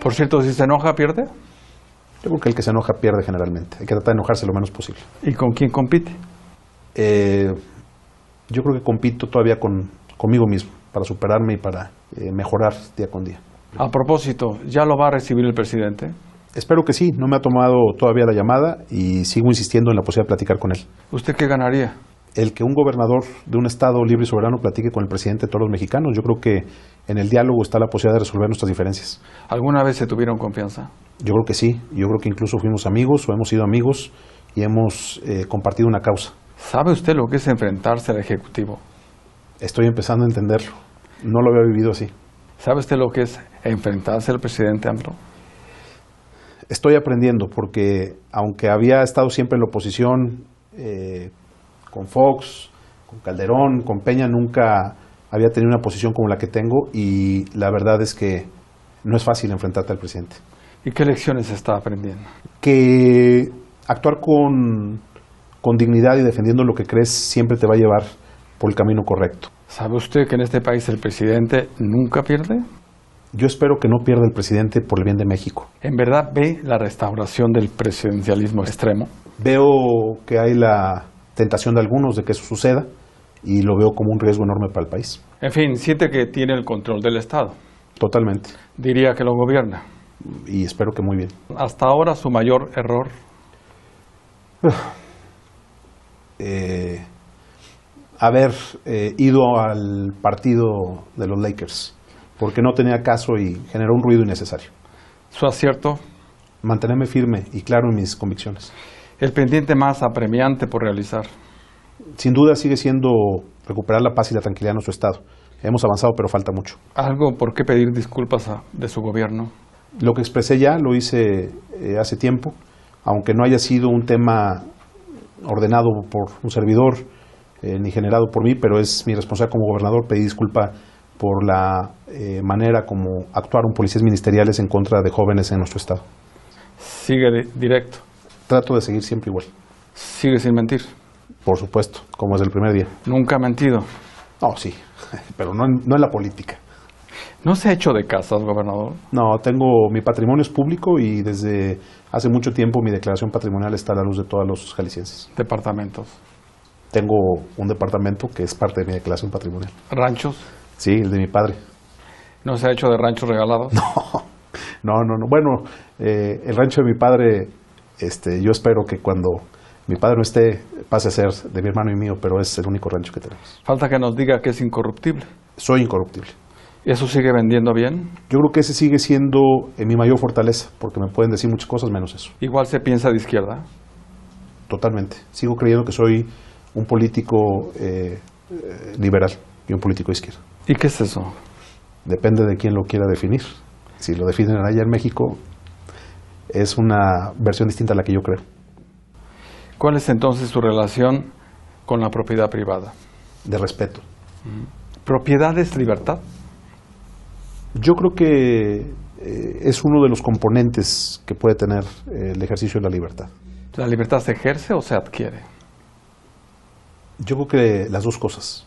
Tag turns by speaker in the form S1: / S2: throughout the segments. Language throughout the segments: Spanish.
S1: Por cierto, si se enoja, pierde.
S2: Yo creo que el que se enoja pierde generalmente. Hay que tratar de enojarse lo menos posible.
S1: ¿Y con quién compite?
S2: Eh, yo creo que compito todavía con, conmigo mismo para superarme y para eh, mejorar día con día.
S1: A propósito, ¿ya lo va a recibir el presidente?
S2: Espero que sí, no me ha tomado todavía la llamada y sigo insistiendo en la posibilidad de platicar con él.
S1: ¿Usted qué ganaría?
S2: El que un gobernador de un Estado libre y soberano platique con el presidente de todos los mexicanos, yo creo que en el diálogo está la posibilidad de resolver nuestras diferencias.
S1: ¿Alguna vez se tuvieron confianza?
S2: Yo creo que sí, yo creo que incluso fuimos amigos o hemos sido amigos y hemos eh, compartido una causa.
S1: ¿Sabe usted lo que es enfrentarse al Ejecutivo?
S2: Estoy empezando a entenderlo, no lo había vivido así.
S1: ¿Sabe usted lo que es enfrentarse al presidente AMLO?
S2: Estoy aprendiendo porque aunque había estado siempre en la oposición, eh, con Fox, con Calderón, con Peña, nunca había tenido una posición como la que tengo y la verdad es que no es fácil enfrentarte al presidente.
S1: ¿Y qué lecciones está aprendiendo?
S2: Que actuar con, con dignidad y defendiendo lo que crees siempre te va a llevar por el camino correcto.
S1: ¿Sabe usted que en este país el presidente nunca pierde?
S2: Yo espero que no pierda el presidente por el bien de México.
S1: ¿En verdad ve la restauración del presidencialismo extremo?
S2: Veo que hay la tentación de algunos de que eso suceda y lo veo como un riesgo enorme para el país.
S1: En fin, siente que tiene el control del Estado.
S2: Totalmente.
S1: Diría que lo gobierna.
S2: Y espero que muy bien.
S1: Hasta ahora su mayor error.
S2: Eh, haber eh, ido al partido de los Lakers porque no tenía caso y generó un ruido innecesario.
S1: Su acierto.
S2: Mantenerme firme y claro en mis convicciones.
S1: El pendiente más apremiante por realizar.
S2: Sin duda sigue siendo recuperar la paz y la tranquilidad en nuestro Estado. Hemos avanzado, pero falta mucho.
S1: Algo por qué pedir disculpas a- de su gobierno.
S2: Lo que expresé ya lo hice eh, hace tiempo, aunque no haya sido un tema ordenado por un servidor eh, ni generado por mí, pero es mi responsabilidad como gobernador pedir disculpa por la eh, manera como actuaron policías ministeriales en contra de jóvenes en nuestro estado.
S1: Sigue di- directo.
S2: Trato de seguir siempre igual,
S1: Sigue sin mentir.
S2: por supuesto, como desde el primer día.
S1: Nunca ha mentido.
S2: No, sí, pero no, en- no en la política.
S1: ¿No se ha hecho de casas, gobernador?
S2: No, tengo mi patrimonio es público y desde hace mucho tiempo mi declaración patrimonial está a la luz de todos los jaliscienses.
S1: Departamentos,
S2: Tengo un departamento que es parte de mi declaración patrimonial.
S1: ranchos.
S2: Sí, el de mi padre.
S1: ¿No se ha hecho de ranchos regalados?
S2: No, no, no. Bueno, eh, el rancho de mi padre, este, yo espero que cuando mi padre no esté pase a ser de mi hermano y mío, pero es el único rancho que tenemos.
S1: Falta que nos diga que es incorruptible.
S2: Soy incorruptible.
S1: ¿Y eso sigue vendiendo bien?
S2: Yo creo que ese sigue siendo eh, mi mayor fortaleza, porque me pueden decir muchas cosas menos eso.
S1: Igual se piensa de izquierda.
S2: Totalmente. Sigo creyendo que soy un político eh, eh, liberal y un político de izquierda.
S1: ¿Y qué es eso?
S2: Depende de quién lo quiera definir. Si lo definen allá en México, es una versión distinta a la que yo creo.
S1: ¿Cuál es entonces su relación con la propiedad privada?
S2: de respeto.
S1: ¿Propiedad es libertad?
S2: Yo creo que eh, es uno de los componentes que puede tener eh, el ejercicio de la libertad.
S1: ¿La libertad se ejerce o se adquiere?
S2: Yo creo que las dos cosas.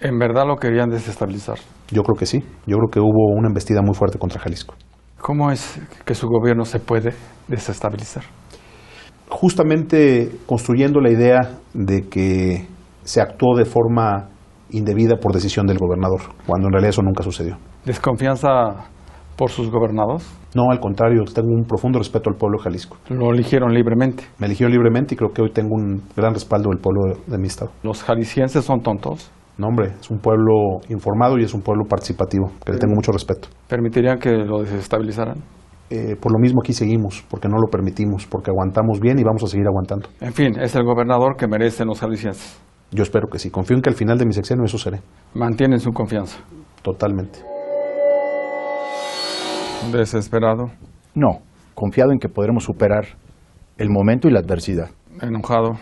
S1: En verdad lo querían desestabilizar.
S2: Yo creo que sí. Yo creo que hubo una embestida muy fuerte contra Jalisco.
S1: ¿Cómo es que su gobierno se puede desestabilizar?
S2: Justamente construyendo la idea de que se actuó de forma indebida por decisión del gobernador, cuando en realidad eso nunca sucedió.
S1: ¿Desconfianza por sus gobernados?
S2: No, al contrario, tengo un profundo respeto al pueblo de Jalisco.
S1: Lo eligieron libremente.
S2: Me eligió libremente y creo que hoy tengo un gran respaldo del pueblo de mi estado.
S1: ¿Los jaliscienses son tontos?
S2: No, hombre, es un pueblo informado y es un pueblo participativo, que le tengo mucho respeto.
S1: ¿Permitirían que lo desestabilizaran?
S2: Eh, por lo mismo aquí seguimos, porque no lo permitimos, porque aguantamos bien y vamos a seguir aguantando.
S1: En fin, es el gobernador que merecen los jaliscienses.
S2: Yo espero que sí. Confío en que al final de mi sexenio eso seré,
S1: Mantienen su confianza.
S2: totalmente.
S1: Desesperado,
S3: No, confiado en que podremos superar el momento y la adversidad.
S1: enojado,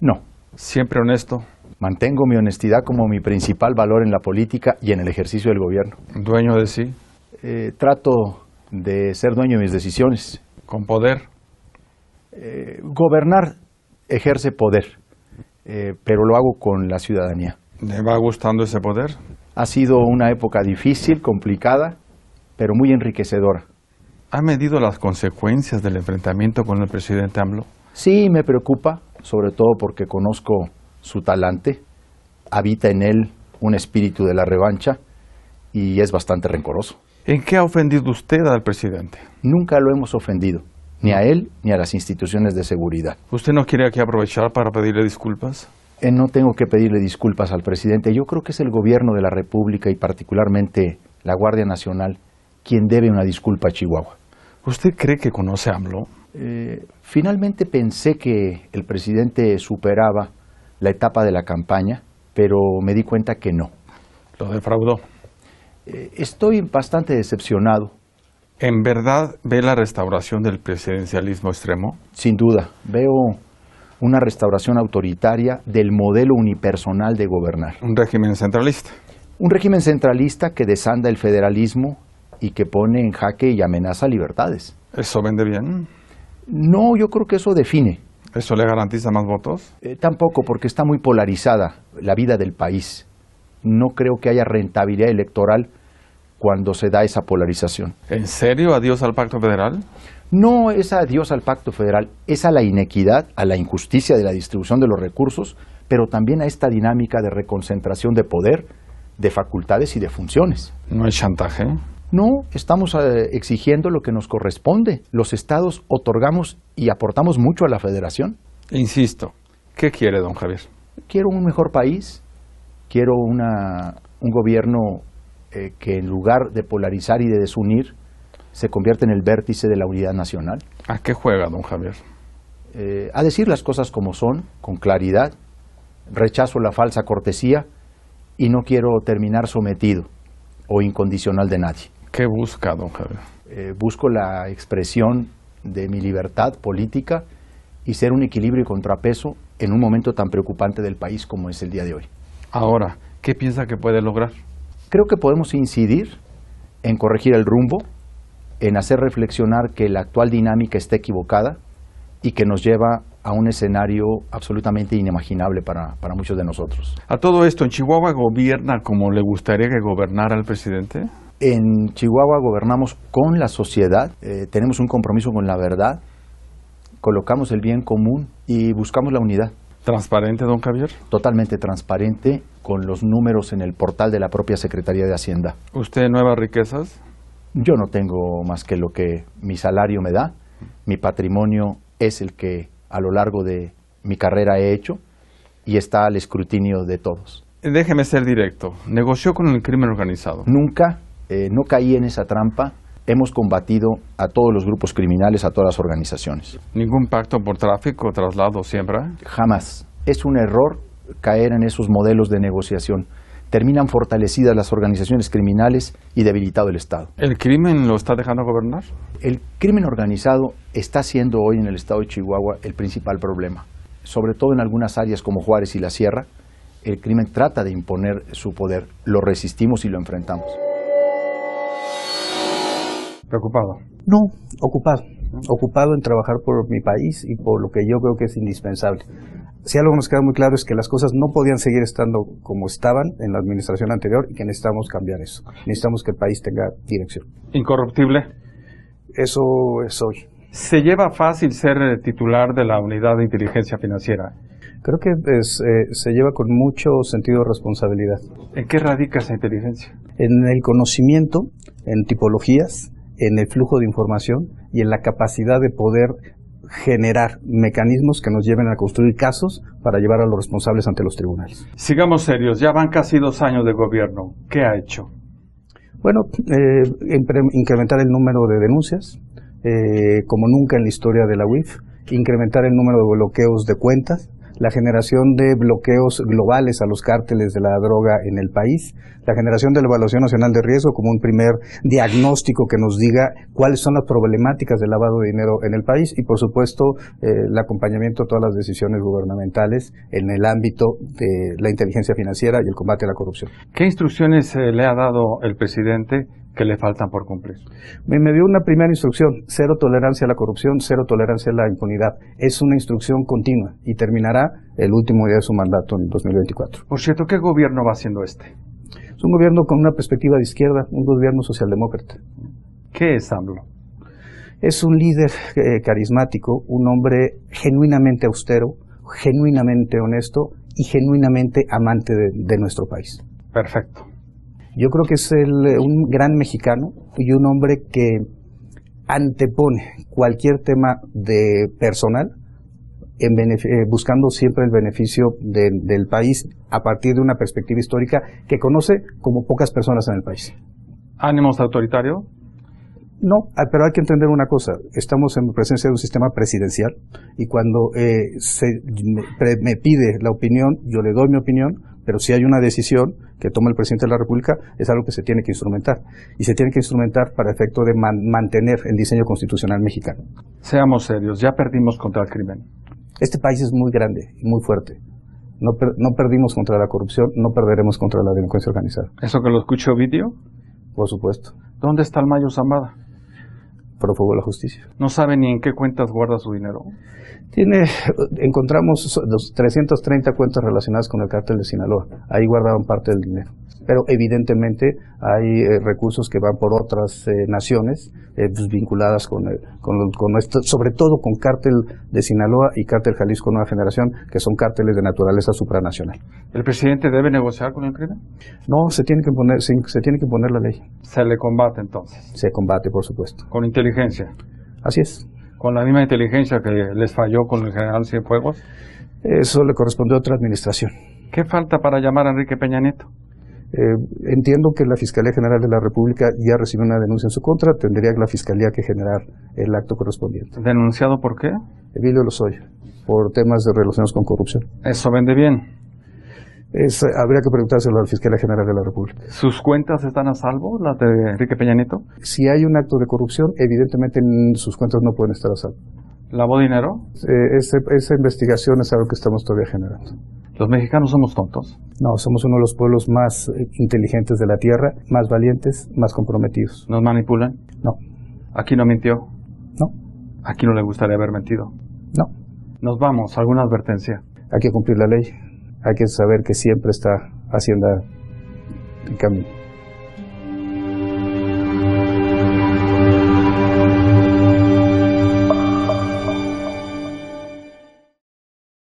S3: No,
S1: siempre honesto,
S3: mantengo mi honestidad como mi principal valor en la política y en el ejercicio del gobierno.
S1: dueño de sí,
S3: Eh, trato de ser dueño de mis decisiones.
S1: con poder,
S3: Eh, gobernar ejerce poder, eh, pero lo hago con la ciudadanía.
S1: le va gustando ese poder.
S3: Ha sido una época difícil, complicada, pero muy enriquecedora.
S1: ¿Ha medido las consecuencias del enfrentamiento con el presidente AMLO?
S3: Sí, me preocupa, sobre todo porque conozco su talante, habita en él un espíritu de la revancha y es bastante rencoroso.
S1: ¿En qué ha ofendido usted al presidente?
S3: Nunca lo hemos ofendido, ni a él ni a las instituciones de seguridad.
S1: ¿Usted no quiere aquí aprovechar para pedirle disculpas?
S3: Eh, no tengo que pedirle disculpas al presidente. Yo creo que es el gobierno de la República y particularmente la Guardia Nacional quien debe una disculpa a Chihuahua.
S1: ¿Usted cree que conoce a AMLO?
S3: Eh, finalmente pensé que el presidente superaba la etapa de la campaña, pero me di cuenta que no.
S1: Lo defraudó.
S3: Eh, estoy bastante decepcionado,
S1: ¿En verdad ve la restauración del presidencialismo extremo?
S3: sin duda. Veo una restauración autoritaria del modelo unipersonal de gobernar.
S1: Un régimen centralista.
S3: Un régimen centralista que desanda el federalismo y que pone en jaque y amenaza libertades.
S1: ¿Eso vende bien?
S3: No, yo creo que eso define.
S1: ¿Eso le garantiza más votos?
S3: Eh, tampoco porque está muy polarizada la vida del país. No creo que haya rentabilidad electoral cuando se da esa polarización.
S1: ¿En serio? ¿Adiós al pacto federal?
S3: No es adiós al pacto federal, es a la inequidad, a la injusticia de la distribución de los recursos, pero también a esta dinámica de reconcentración de poder, de facultades y de funciones.
S1: ¿No hay chantaje?
S3: No, estamos eh, exigiendo lo que nos corresponde. Los estados otorgamos y aportamos mucho a la federación.
S1: Insisto, ¿qué quiere don Javier?
S3: quiero un mejor país, quiero una, un gobierno eh, que en lugar de polarizar y de desunir, se convierte en el vértice de la unidad nacional.
S1: ¿A qué juega don Javier?
S3: Eh, a decir las cosas como son, con claridad, rechazo la falsa cortesía y no quiero terminar sometido o incondicional de nadie.
S1: ¿Qué busca don Javier?
S3: Eh, busco la expresión de mi libertad política y ser un equilibrio y contrapeso en un momento tan preocupante del país como es el día de hoy.
S1: Ahora, ¿qué piensa que puede lograr?
S3: Creo que podemos incidir en corregir el rumbo, en hacer reflexionar que la actual dinámica está equivocada y que nos lleva a un escenario absolutamente inimaginable para, para muchos de nosotros.
S1: ¿A todo esto en Chihuahua gobierna como le gustaría que gobernara el presidente?
S3: En Chihuahua gobernamos con la sociedad, eh, tenemos un compromiso con la verdad, colocamos el bien común y buscamos la unidad
S1: ¿Transparente don Javier?
S3: totalmente transparente con los números en el portal de la propia Secretaría de Hacienda.
S1: ¿Usted nuevas riquezas?
S3: Yo no tengo más que lo que mi salario me da. Mi patrimonio es el que a lo largo de mi carrera he hecho y está al escrutinio de todos.
S1: Déjeme ser directo. Negoció con el crimen organizado.
S3: Nunca, eh, no caí en esa trampa. Hemos combatido a todos los grupos criminales, a todas las organizaciones.
S1: Ningún pacto por tráfico, traslado, siembra.
S3: Jamás. Es un error caer en esos modelos de negociación. Terminan fortalecidas las organizaciones criminales y debilitado el Estado.
S1: ¿El crimen lo está dejando gobernar?
S3: El crimen organizado está siendo hoy en el estado de Chihuahua el principal problema, sobre todo en algunas áreas como Juárez y la Sierra. El crimen trata de imponer su poder, lo resistimos y lo enfrentamos.
S1: Preocupado.
S4: No, ocupado. Ocupado en trabajar por mi país y por lo que yo creo que es indispensable. Si algo nos queda muy claro es que las cosas no podían seguir estando como estaban en la administración anterior y que necesitamos cambiar eso. Necesitamos que el país tenga dirección.
S1: Incorruptible.
S4: Eso es hoy.
S1: Se lleva fácil ser eh, titular de la unidad de inteligencia financiera.
S4: Creo que es, eh, se lleva con mucho sentido de responsabilidad.
S1: ¿En qué radica esa inteligencia?
S4: en el conocimiento, en tipologías, en el flujo de información y en la capacidad de poder generar mecanismos que nos lleven a construir casos para llevar a los responsables ante los tribunales.
S1: Sigamos serios. Ya van casi dos años de gobierno. ¿Qué ha hecho?
S4: Bueno, eh, impre- incrementar el número de denuncias, eh, como nunca en la historia de la UIF, incrementar el número de bloqueos de cuentas, la generación de bloqueos globales a los cárteles de la droga en el país, la generación de la Evaluación Nacional de Riesgo como un primer diagnóstico que nos diga cuáles son las problemáticas del lavado de dinero en el país y, por supuesto, eh, el acompañamiento a todas las decisiones gubernamentales en el ámbito de la inteligencia financiera y el combate a la corrupción.
S1: ¿Qué instrucciones eh, le ha dado el presidente que le faltan por cumplir?
S4: Me, me dio una primera instrucción, cero tolerancia a la corrupción, cero tolerancia a la impunidad. Es una instrucción continua y terminará el último día de su mandato en 2024.
S1: Por cierto, ¿qué gobierno va haciendo este?
S4: Es un gobierno con una perspectiva de izquierda, un gobierno socialdemócrata.
S1: ¿Qué es AMLO?
S4: Es un líder eh, carismático, un hombre genuinamente austero, genuinamente honesto y genuinamente amante de, de nuestro país.
S1: Perfecto.
S4: Yo creo que es el, eh, un gran mexicano y un hombre que antepone cualquier tema de personal en benef- eh, buscando siempre el beneficio de- del país a partir de una perspectiva histórica que conoce como pocas personas en el país.
S1: ¿Ánimos autoritario?
S4: No, ah, pero hay que entender una cosa. Estamos en presencia de un sistema presidencial y cuando eh, se me, pre- me pide la opinión, yo le doy mi opinión, pero si hay una decisión que toma el presidente de la República, es algo que se tiene que instrumentar. Y se tiene que instrumentar para efecto de man- mantener el diseño constitucional mexicano.
S1: Seamos serios, ya perdimos contra el crimen.
S4: Este país es muy grande y muy fuerte. No, per- no perdimos contra la corrupción, no perderemos contra la delincuencia organizada,
S1: Eso que lo escucho vídeo.
S4: por supuesto.
S1: ¿Dónde está el Mayo Zambada?
S4: Profugo de la justicia.
S1: No sabe ni en qué cuentas guarda su dinero.
S4: Tiene, encontramos so- los 330 cuentas relacionadas con el cártel de Sinaloa. Ahí guardaban parte del dinero. Pero evidentemente hay eh, recursos que van por otras eh, naciones eh, pues, vinculadas con, el- con, lo- con esto, sobre todo con cártel de Sinaloa y cártel Jalisco Nueva Generación, que son cárteles de naturaleza supranacional.
S1: ¿El presidente debe negociar con el crimen?
S4: No, se tiene que poner, se, se tiene que poner la ley.
S1: Se le combate entonces,
S4: Se combate, por supuesto.
S1: con inteligencia.
S4: Así es.
S1: Con la misma inteligencia que les falló con el general Cienfuegos.
S4: Eso le correspondió a otra administración.
S1: ¿Qué falta para llamar a Enrique Peña Nieto?
S4: Eh, entiendo que la Fiscalía General de la República ya recibió una denuncia en su contra, tendría la Fiscalía que generar el acto correspondiente.
S1: ¿Denunciado por qué?
S4: Emilio Lozoya, por temas de relacionados con corrupción.
S1: Eso vende bien.
S4: Es, eh, habría que preguntárselo a la Fiscalía General de la República.
S1: ¿Sus cuentas están a salvo, las de Enrique Peña Nieto?
S4: Si hay un acto de corrupción, evidentemente mm, sus cuentas no pueden estar a salvo.
S1: ¿Lavó dinero?
S4: Eh, ese- esa investigación es algo que estamos todavía generando.
S1: Los mexicanos somos tontos.
S4: No, somos uno de los pueblos más eh, inteligentes de la tierra, más valientes, más comprometidos.
S1: Nos manipulan.
S4: No,
S1: Aquí no mintió.
S4: no,
S1: Aquí no le gustaría haber mentido.
S4: no.
S1: Nos vamos. ¿Alguna advertencia?
S4: Hay que cumplir la ley, hay que saber que siempre está Hacienda en camino.